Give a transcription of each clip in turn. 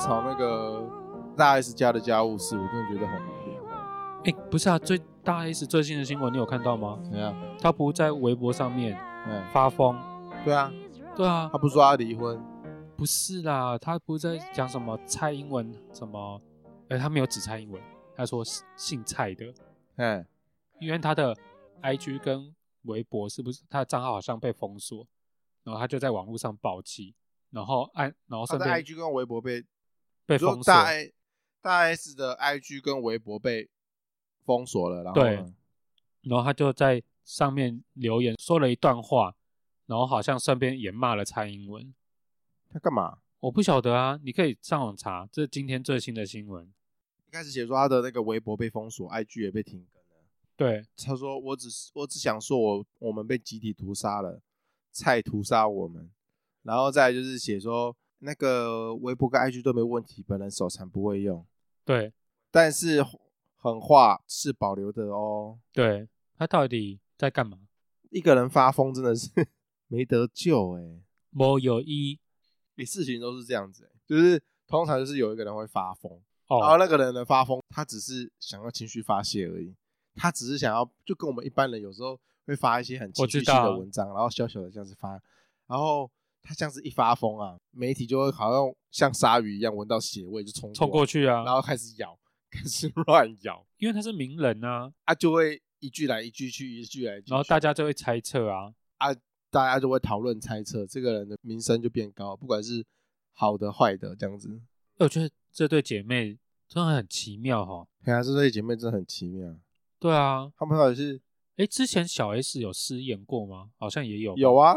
吵呃那个大 S 家的家务事，我真的觉得很无聊。哎，不是啊，最大 S 最新的新闻你有看到吗？怎样？她不在微博上面嗯，发疯，对啊，对啊他，不是说他离婚，不是啦，她不是在讲什么蔡英文什么，哎，她没有指蔡英文，她说是姓蔡的，哦哎，因为她的 IG 跟微博是不是她的账号好像被封锁，然后她就在网络上爆气，然后按然后他顺的便 IG 跟微博被被你说封锁，大 S 大 S 的 IG 跟微博被封锁了，然后对呢，然后他就在上面留言说了一段话，然后好像顺便也骂了蔡英文。他干嘛？我不晓得啊，你可以上网查，这是今天最新的新闻。一开始写说他的那个微博被封锁，IG 也被停更了。对，他说：“我只是我只想说我，我们被集体屠杀了，菜屠杀我们。”然后再来就是写说那个微博跟 IG 都没问题，本人手残不会用，对，但是狠话是保留的哦。对，他到底在干嘛？一个人发疯真的是 没得救哎、没有一你事情都是这样子、欸，就是通常就是有一个人会发疯，然后哦，那个人的发疯，他只是想要情绪发泄而已，他只是想要就跟我们一般人有时候会发一些很情绪我知性道的文章，然后小小的这样子发，然后他这样子一发疯啊，媒体就会好像像鲨鱼一样闻到血味就冲冲过过，去啊然，后开始咬，开始乱咬，因为他是名人啊，啊就会一句来一句去，一句来一句去，然后大家就会猜测啊，大家就会讨论猜测，这个人的名声就变高，不管是好的坏的这样子。哎我觉得这对姐妹真的很奇妙哈、哦。看来哎这对姐妹真的很奇妙，对啊，他们到底是诶，之前小 S 有失言过吗？好像也有，有，啊，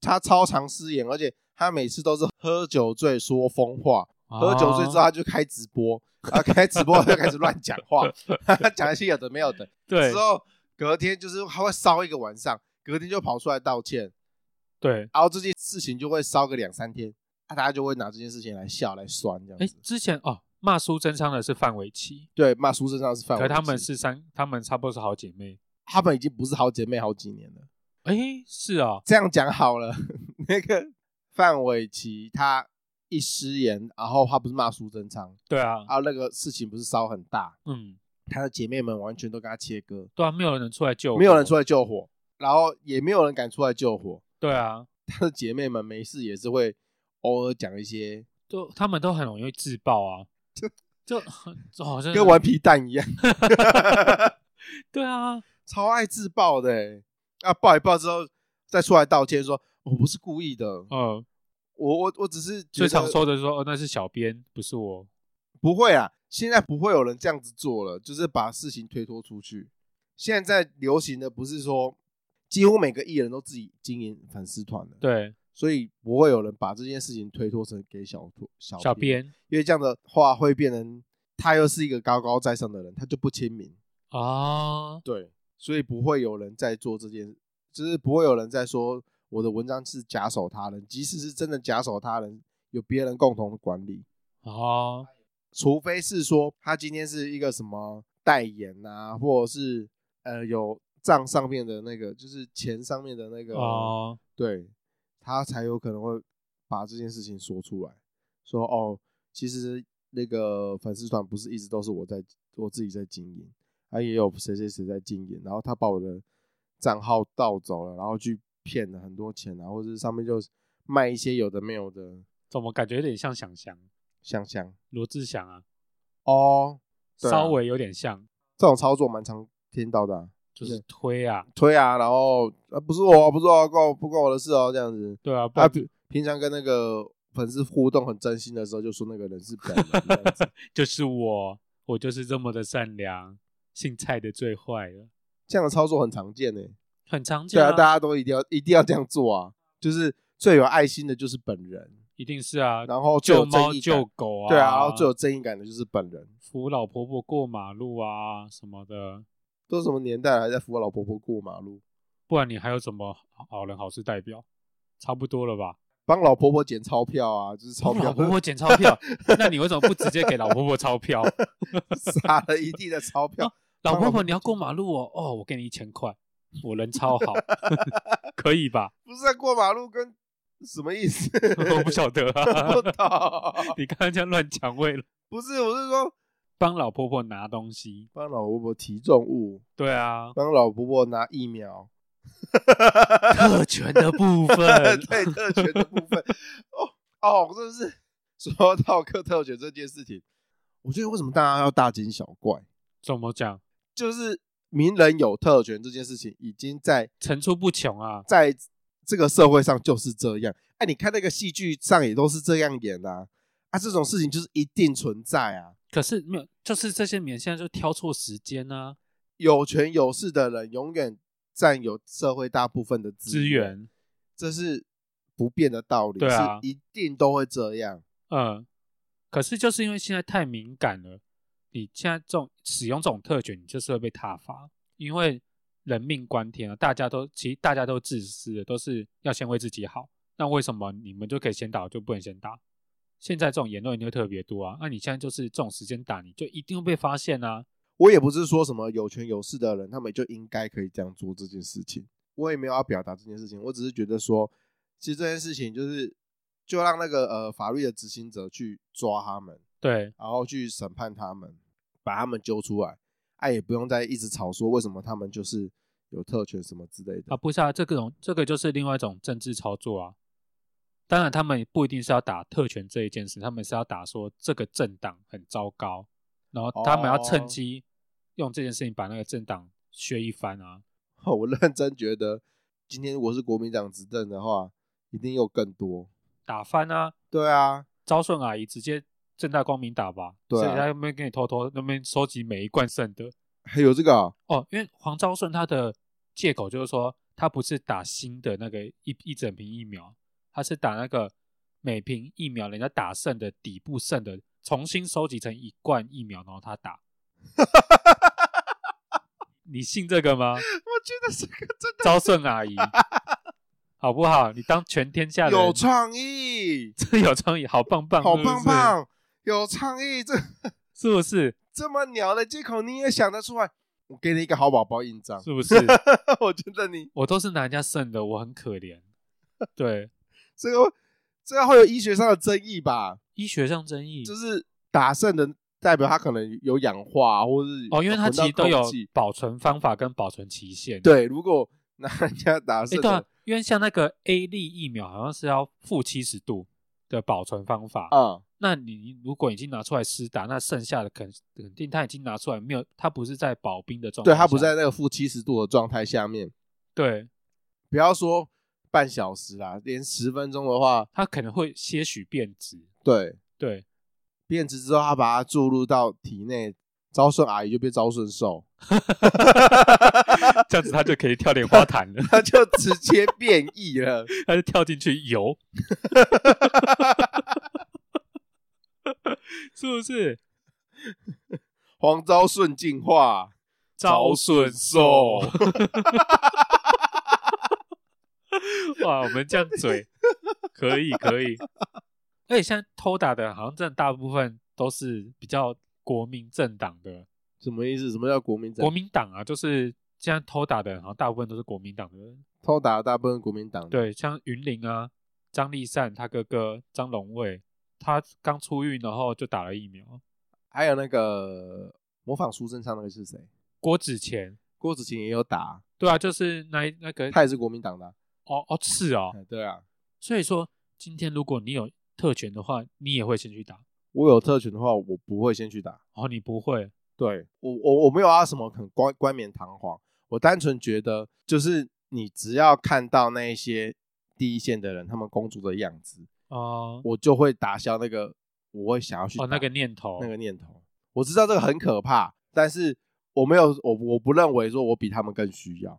他超常失言，而且他每次都是喝酒醉说疯话，喝酒醉之后啊他就开直播，啊，开直播就开始乱讲 话， 讲一些有的没有的，对之后隔天就是他会烧一个晚上，隔天就跑出来道歉，对，然后这件事情就会烧个两三天，啊，大家就会拿这件事情来笑来酸这样哎，子。之前哦，骂苏贞昌的是范玮琪，对，骂苏贞昌是范可围，是他们是三，他们差不多是好姐妹。他们已经不是好姐妹好几年了。哎，是啊，这样讲好了， 那个范玮琪他一失言，然后他不是骂苏贞昌，对啊，啊，那个事情不是烧很大，嗯，他的姐妹们完全都跟他切割，对啊，没有人出来救，没有人出，来救火，然后也没有人敢出来救火。对啊，他的姐妹们没事也是会偶尔讲一些，都他们都很容易自爆啊，就就好像跟顽皮蛋一样，对啊，超爱自爆的、欸。啊，爆一爆之后再出来道歉说，哦我不是故意的，呃，我我我只是觉最常得说的是说哦，那是小编，不是我，不会啊，现在不会有人这样子做了，就是把事情推脱出去。现在流行的不是说几乎每个艺人都自己经营粉丝团了，对，所以不会有人把这件事情推脱成给小小小编，编因为这样的话会变成他又是一个高高在上的人，他就不亲民。啊，对，所以不会有人在做这件，就是不会有人在说我的文章是假手他人，即使是真的假手他人，有别人共同的管理，哦，除非是说他今天是一个什么代言啊，或者是呃有账上面的那个，就是钱上面的那个哦，对他才有可能会把这件事情说出来，说哦，其实那个粉丝团不是一直都是我在我自己在经营，啊也有谁谁谁在经营，然后他把我的账号盗走了，然后去骗了很多钱啊，或者是上面就卖一些有的没有的怎么感觉有点像想翔，香香罗志祥啊，哦，对啊稍微有点像，这种操作蛮常听到的啊、就是推啊，推啊，然后啊不是我，不是我，关我不关我的事哦，这样子，对啊，不啊，然平平常跟那个粉丝互动很真心的时候，就说那个人是本人这样 子，就是我，我就是这么的善良，姓蔡的最坏了，这样的操作很常见呢、很常对见啊，大家都一定要一定要这样做啊，就是最有爱心的就是本人，一定是啊，然后最有救正猫义救感，狗啊，对啊，然后最有正义感的就是本人。扶老婆婆过马路啊什么的，都什么年代了，还在扶老婆婆过马路，不然你还有什么好好人好事代表？差不多了吧？帮老婆婆捡钞票啊，就是钞帮票老婆婆捡钞票，那你为什么不直接给老婆婆钞票？撒了一地的钞票，帮老老婆婆婆你要过马路哦，哦， 我给你一千块，我人超好，可以吧？ 不是在过马路跟什么意思？我不晓得 不啊。懂， 你刚刚这样乱讲，为了不是，我是说帮老婆婆拿东西。帮老婆婆提重物，，对啊帮老婆婆拿疫苗， 特权的部 分， 对特权的部分。哦哦，我真的是说到克特权这件事情，我觉得为什么大家要大惊小怪？怎么讲？就是名人有特权这件事情，已经在层出不穷啊。在这个社会上就是这样。哎、你看那个戏剧上也都是这样演的啊，啊，这种事情就是一定存在啊。可是没有，就是这些免现在就挑错时间啊，有权有势的人永远占有社会大部分的资源，源，这是不变的道理，对啊是一定都会这样。嗯。可是就是因为现在太敏感了，你现在这种使用这种特权，你就是会被踏伐，因为人命关天啊，大家都其实大家都自私的，都是要先为自己好。那为什么你们就可以先打，我就不能先打？现在这种言论就特别多啊，那、你现在就是这种时间打，你就一定会被发现啊。我也不是说什么有权有势的人，他们就应该可以这样做这件事情。我也没有要表达这件事情，我只是觉得说，其实这件事情就是就让那个呃法律的执行者去抓他们，对，然后去审判他们，把他们揪出来。哎、也不用再一直吵说为什么他们就是有特权什么之类的啊，。不是啊，这个种这个就是另外一种政治操作啊。当然，他们不一定是要打特权这一件事，他们是要打说这个政党很糟糕，然后他们要趁哦机用这件事情把那个政党削一番啊。 我认真觉得，今天如果是国民党执政的话，一定有更多。打翻啊，对啊，招顺阿姨直接正大光明打吧，对啊所以他那边给你偷偷那边收集每一罐剩的还有这个啊、哦，因为黄昭顺他的借口就是说他不是打新的那个一一整瓶疫苗，他是打那个每瓶疫苗人家打剩的底部剩的，重新收集成一罐疫苗，然后他打。你信这个吗？我觉得这个真昭顺阿姨，好不好？你当全天下的的有人，创意这有创意，好棒棒，好是不棒是，棒，有创意，这 是不是？这么鸟的借口你也想得出来？我给你一个好宝宝印章， 是不是？我觉得你我都是拿人家剩的，我很可怜。对，这个这个会有医学上的争议吧？医学上争议就是打胜的代表他可能有氧化，或是哦，因为它混其到实都有空气保存方法跟保存期限。，对，如果拿人家打哎、胜对、啊的，因为像那个 A 粒疫苗好像是要负七十度的保存方法，啊，那你如果已经拿出来施打，那剩下的肯肯定它已经拿出来没有，它不是在保冰的状态对下，他不在那个负七十度的状态下面，对，不要说半小时啦，连十分钟的话，它可能会些许变质。对， 对，变质之后，他把它注入到体内，招顺阿姨就变招顺 兽，这样子它就可以跳莲花坛了，他就直接变异了。它就跳进去 游， 是不是？黄昭顺进化，招顺寿。 哇，我们这样嘴可以可以。而且现在偷打的，好像真的大部分都是比较国民政党的什么意思？什么叫国民党？国民党啊，就是现在偷打的，好像大部分都是国民党的人。偷打的大部分国民党，，对，像云林啊，张立善他哥哥张龙卫，他刚出狱，然后就打了疫苗。还有那个模仿苏贞昌那个是谁？郭子乾，郭子乾也有打，对啊，就是那一那个他也是国民党的啊、哦哦是哦，哎对啊，所以说，今天如果你有特权的话，你也会先去打。我有特权的话，我不会先去打。哦，你不会，对我我我没有要什么很冠冠冕堂皇，我单纯觉得就是你只要看到那一些第一线的人他们公主的样子，哦、我就会打消那个我会想要去哦，打那个念头，那个念头。我知道这个很可怕，但是我没有我我不认为说我比他们更需要，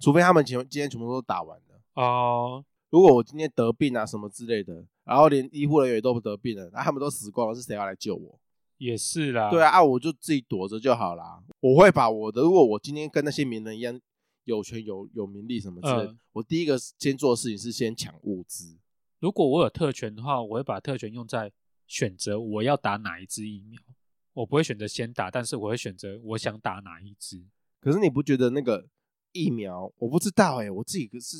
除非他们前今天全部都打完了。哦，如果我今天得病啊什么之类的，然后连医护人员都得病了，那、他们都死光了，是谁要来救我？也是啦。对啊，，啊，我就自己躲着就好啦。我会把我的，如果我今天跟那些名人一样有权有有名利什么之类的，嗯我第一个先做的事情是先抢物资。如果我有特权的话，我会把特权用在选择我要打哪一支疫苗。我不会选择先打，但是我会选择我想打哪一支。可是你不觉得那个欸疫苗，我不知道哎、我自己可是，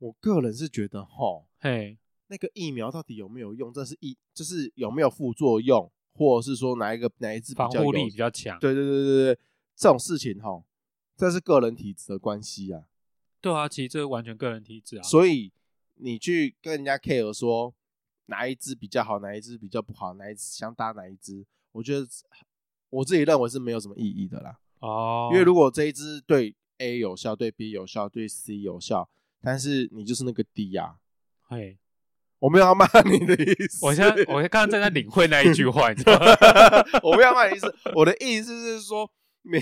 我个人是觉得哈，嘿，那个疫苗到底有没有用？这是疫，就是有没有副作用，或者是说哪一个哪一支比防较有护力比较强。对对对对对，这种事情哈，这是个人体质的关系啊。对啊，其实这完全个人体质啊。所以你去跟人家 care 说哪一支比较好，哪一支比较不好，哪一支想打哪一支，我觉得 我自己认为是没有什么意义的啦。哦，因为如果这一支对 A 有效，对 B 有效，对 C 有效，但是你就是那个 D 呀、嘿，我没有要骂 你的意思。我 现在我 刚刚正在领会那一句话，你知道吗？ 我不要骂你的意思，我的意思是说，没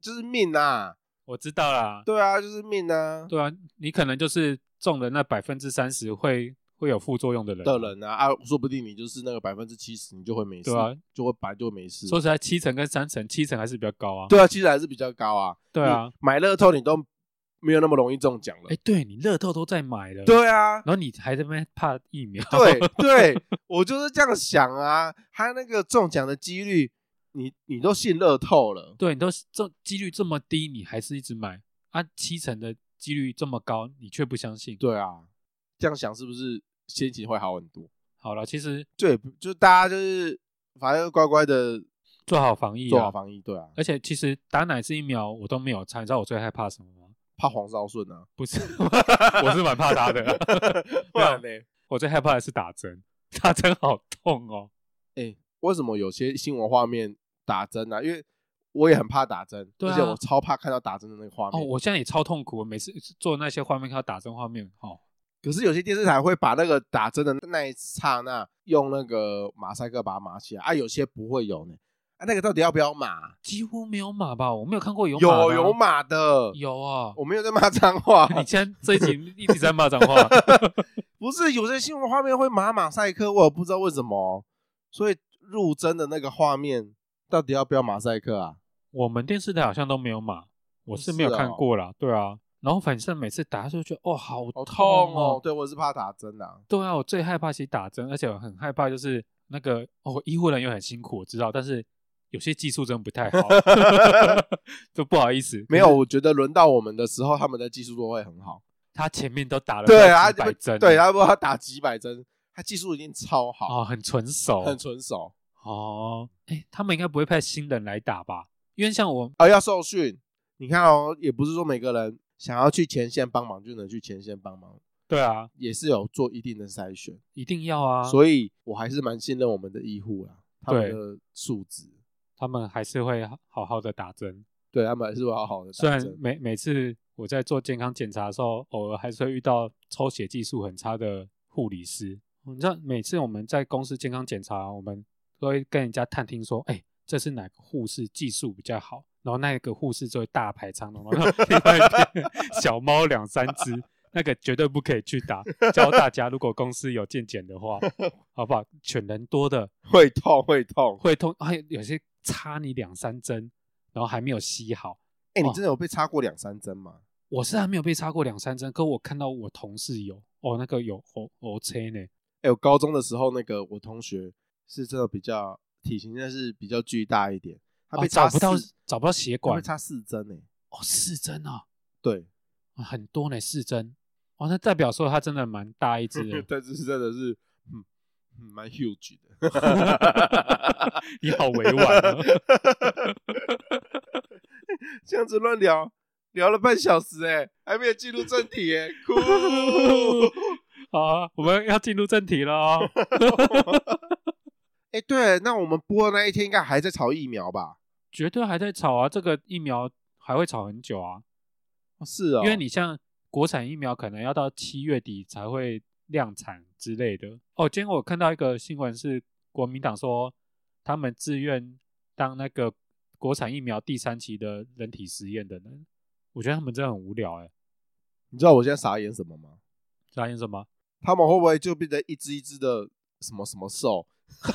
就是命啊，我知道啦。对啊，就是命啊对啊，你可能就是中了那百分之三十会会有副作用的人的。人啊啊，说不定你就是那个百分之七十，你就会没事，对啊，就会白就没事。说实在，七成跟三成，七成还是比较高啊。对啊，其实还是比较高啊。对啊你，买乐透你都没有那么容易中奖了。哎，对你乐透都在买了，，对啊，然后你还在那边怕疫苗， 对对，我就是这样想啊。他那个中奖的几率，你你都信乐透了，对，你都是这几率这么低，你还是一直买啊？七成的几率这么高，你却不相信？，对啊，这样想是不是心情会好很多？好了，其实对，就大家就是反正乖乖的做好防疫，做好。防疫，对啊，而且其实打哪支疫苗我都没有差，你知道我最害怕什么吗？怕黄烧顺啊，不是，我是蛮怕他的。 不然呢？我最害怕的是打针，打针好痛哦。哎、为什么有些新闻画面打针啊？因为我也很怕打针，对而且啊我超怕看到打针的那个画哦，面。我现在也超痛苦，我每次做那些画面看到打针画面，哦，可是有些电视台会把那个打针的那一刹那用那个马赛克把它码起来啊，有些不会有呢。啊，那个到底要不要码？几乎没有码吧？我没有看过有码有的啊有码的，有啊。，我没有在骂脏话 你今天这一 集一直在骂脏话， 不是有些新闻画面会码马赛克，我也不知道为什么。哦所以入针的那个画面到底要不要马赛克啊？我们电视台好像都没有码，我是没有是哦看过啦。对啊，然后反正每次打就觉得哦好好痛哦哦！，对，我是怕打针啊。对啊，我最害怕其实打针，而且我很害怕就是那个哦，医护人员很辛苦，我知道，但是有些技术真的不 太好，就不好意思。没有，，我觉得轮到我们的时候，他们的技术都会很好。他前面都打了对啊，几百针，对，他不知道他打几百针，他技术一定超好，哦，很纯熟，很纯熟。哦，哎，他们应该不会派新人来打吧？因为像我，啊，要受训。你看哦，也不是说每个人想要去前线帮忙就能去前线帮忙，对啊，也是有做一定的筛选。一定要啊，以所以我还是蛮信任我们的医护啦，他们的素质，他们还是会好好的打针。对他们还是会好好的。虽然每每次我在做健康检查的时候，偶尔还是会遇到抽血技术很差的护理师。哦你知道，每次我们在公司健康检查，我们都会跟人家探听说，哎、这是哪个护士技术比较好？然后那个护士就会大排长龙，然后另外一边小猫两三只，那个绝对不可以去打。教大家，如果公司有健检的话，好不好？选人多的会痛会痛。会痛，哎，有些插你两三针，然后还没有吸好。哎、你哦真的有被插过两三针吗？我是还没有被插过两三针，可我看到我同事有哦，那个有哦哦车呢，哎、我高中的时候，那个我同学是真的比较体型，但是比较巨大一点，他哦被找插不到四找不到血他管被，插四针呢、哎哦四针啊，对，啊很多呢四针，哦那代表说他真的蛮大一只 ，的但是真的是，嗯，嗯蛮 huge 的。你好委婉哦， 这样子乱聊，聊了半小时、欸，还没有进入正题、 欸，哭。好啊，我们要进入正题了哦，哎、对，那我们播的那一天应该还在炒疫苗吧？绝对还在吵啊，这个疫苗还会吵很久啊，是啊、因为你像国产疫苗可能要到七月底才会量产之类的。哦，今天我看到一个新闻是国民党说他们自愿当那个国产疫苗第三期的人体实验的人，我觉得他们真的很无聊哎、欸。你知道我现在傻眼什么吗？发现什么？他们会不会就变成一只一只的什么什么兽？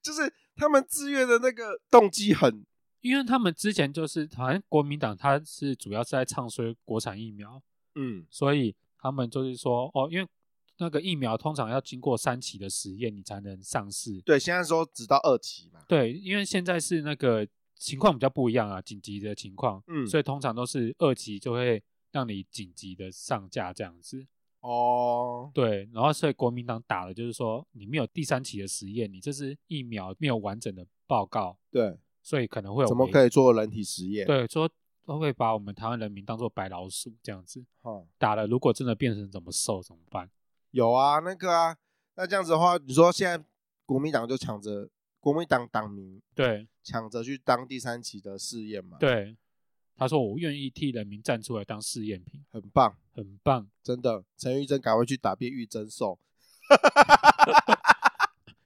就是他们自愿的那个动机很因为他们之前就是，好像国民党他是主要是在唱衰国产疫苗，嗯所以他们就是说，哦，因为那个疫苗通常要经过三期的实验，你才能上市。对，现在说只到二期嘛，对，因为现在是那个情况比较不一样啊，紧急的情况，嗯所以通常都是二级就会让你紧急的上架这样子。哦，对，然后所以国民党打的就是说，你没有第三期的实验，你这支疫苗没有完整的报告，对，所以可能会有怎么危可以做人体实验？，对说会会把我们台湾人民当做白老鼠这样子哦，打了，如果真的变成怎么瘦怎么办？有啊，那个啊，那这样子的话，你说现在国民党就抢着国民党党民对抢着去当第三期的试验嘛？，对，他说我愿意替人民站出来当试验品，很棒，很棒。真的。陈玉珍赶快去打遍玉珍兽，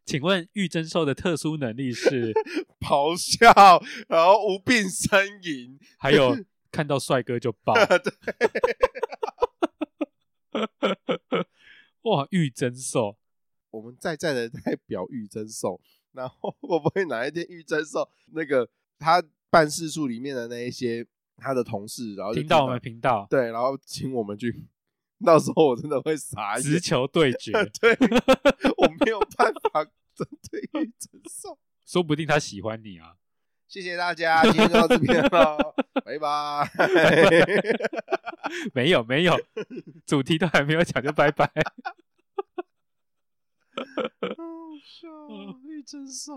请问玉珍兽的特殊能力是咆哮，然后无病呻吟， 还有看到帅哥就抱？ 哇，玉珍兽，我们在在的代表玉珍兽，然后会不会哪一天玉珍兽那个他办事处里面的那一些他的同事，然后就听到我们频道对，然后请我们去， 到时候我真的会傻眼直。球对 决，对，我没有办法针对玉珍兽。说不定他喜欢你啊。谢谢大家，今天就到这边 了，拜拜。没有没有，主题都还没有讲就 拜拜。好笑哦，玉珍兽。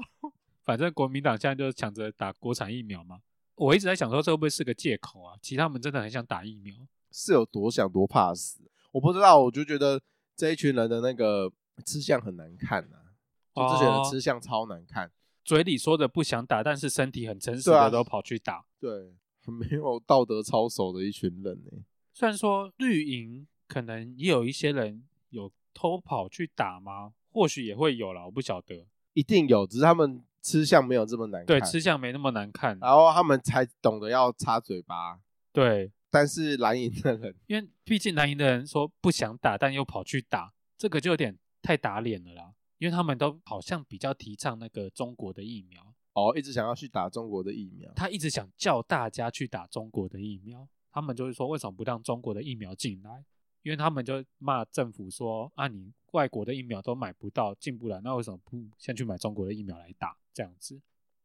反正国民党现在就是抢着打国产疫苗嘛。我一直在想说，这会不会是个借口啊？其实他们真的很想打疫苗。是有多想多怕死，我不知道，我就觉得这一群人的那个吃相很难看啊，就这些人哦吃相超难看，嘴里说着不想打，但是身体很诚实对啊的都跑去打。对，很没有道德操守的一群人欸呢、虽然说绿营可能也有一些人有偷跑去打吗？或许也会有啦，我不晓得。一定有，只是他们吃相没有这么难看，对，吃相没那么难看。然后他们才懂得要擦嘴巴，对，但是蓝营的人因为毕竟蓝营的人说不想打，但又跑去打，这个就有点太打脸了啦。因为他们都好像比较提倡那个中国的疫苗，哦一直想要去打中国的疫苗，他一直想叫大家去打中国的疫苗，他们就是说为什么不让中国的疫苗进来？因为他们就骂政府说啊，你外国的疫苗都买不到，进不来，那为什么不先去买中国的疫苗来打？这样子，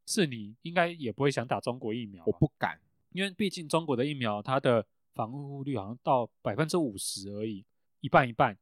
是你应该也不会想打中国疫苗吧，我不敢，因为毕竟中国的疫苗它的防护率好像到百分之五十而已，一半一半。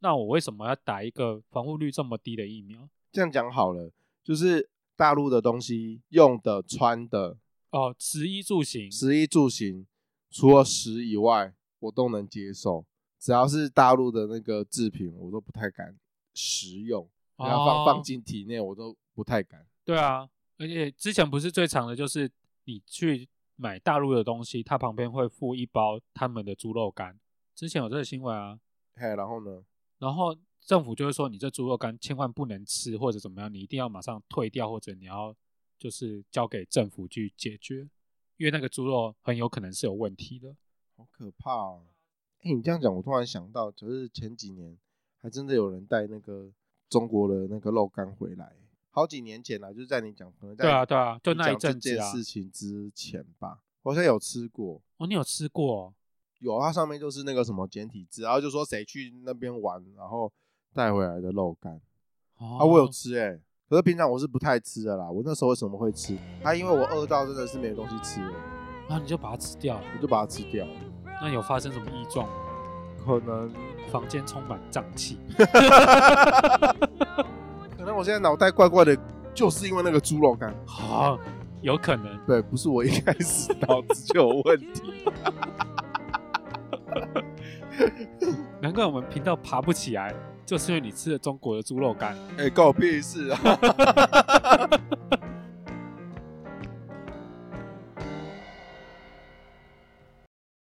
那我为什么要打一个防护率这么低的疫苗？这样讲好了，就是大陆的东西用的、穿的、哦，食衣住行，食衣住行，除了食以外，我都能接受。只要是大陆的那个制品，我都不太敢食用，然后放、哦放进体内，我都不太敢。对啊，而且之前不是最常的就是你去买大陆的东西，它旁边会附一包他们的猪肉干。之前有这个新闻啊，嘿，然后呢？然后政府就会说你这猪肉干千万不能吃，或者怎么样，你一定要马上退掉，或者你要就是交给政府去解决，因为那个猪肉很有可能是有问题的。好可怕哦！哎、你这样讲，我突然想到，就是前几年还真的有人带那个中国的那个肉干回来，好几年前啦，就是在你讲，可能在对啊，对啊，就你那一讲这阵子件啊。事情之前吧，我好像有吃过，哦，你有吃过哦？有，啊它上面就是那个什么简体字，然后就说谁去那边玩，然后带回来的肉干。哦啊，我有吃哎、可是平常我是不太吃的啦。我那时候为什么会吃？啊，因为我饿到真的是没有东西吃了，然后你就把它吃掉了。我就把它吃掉了。那有发生什么异状吗？可能房间充满瘴气。 可能我现在脑袋怪怪的，就是因为那个猪肉干。好、有可能。对，不是我一开始脑子就有问题。难怪我们频道爬不起来，就是因为你吃了中国的猪肉干。哎、关我屁事啊！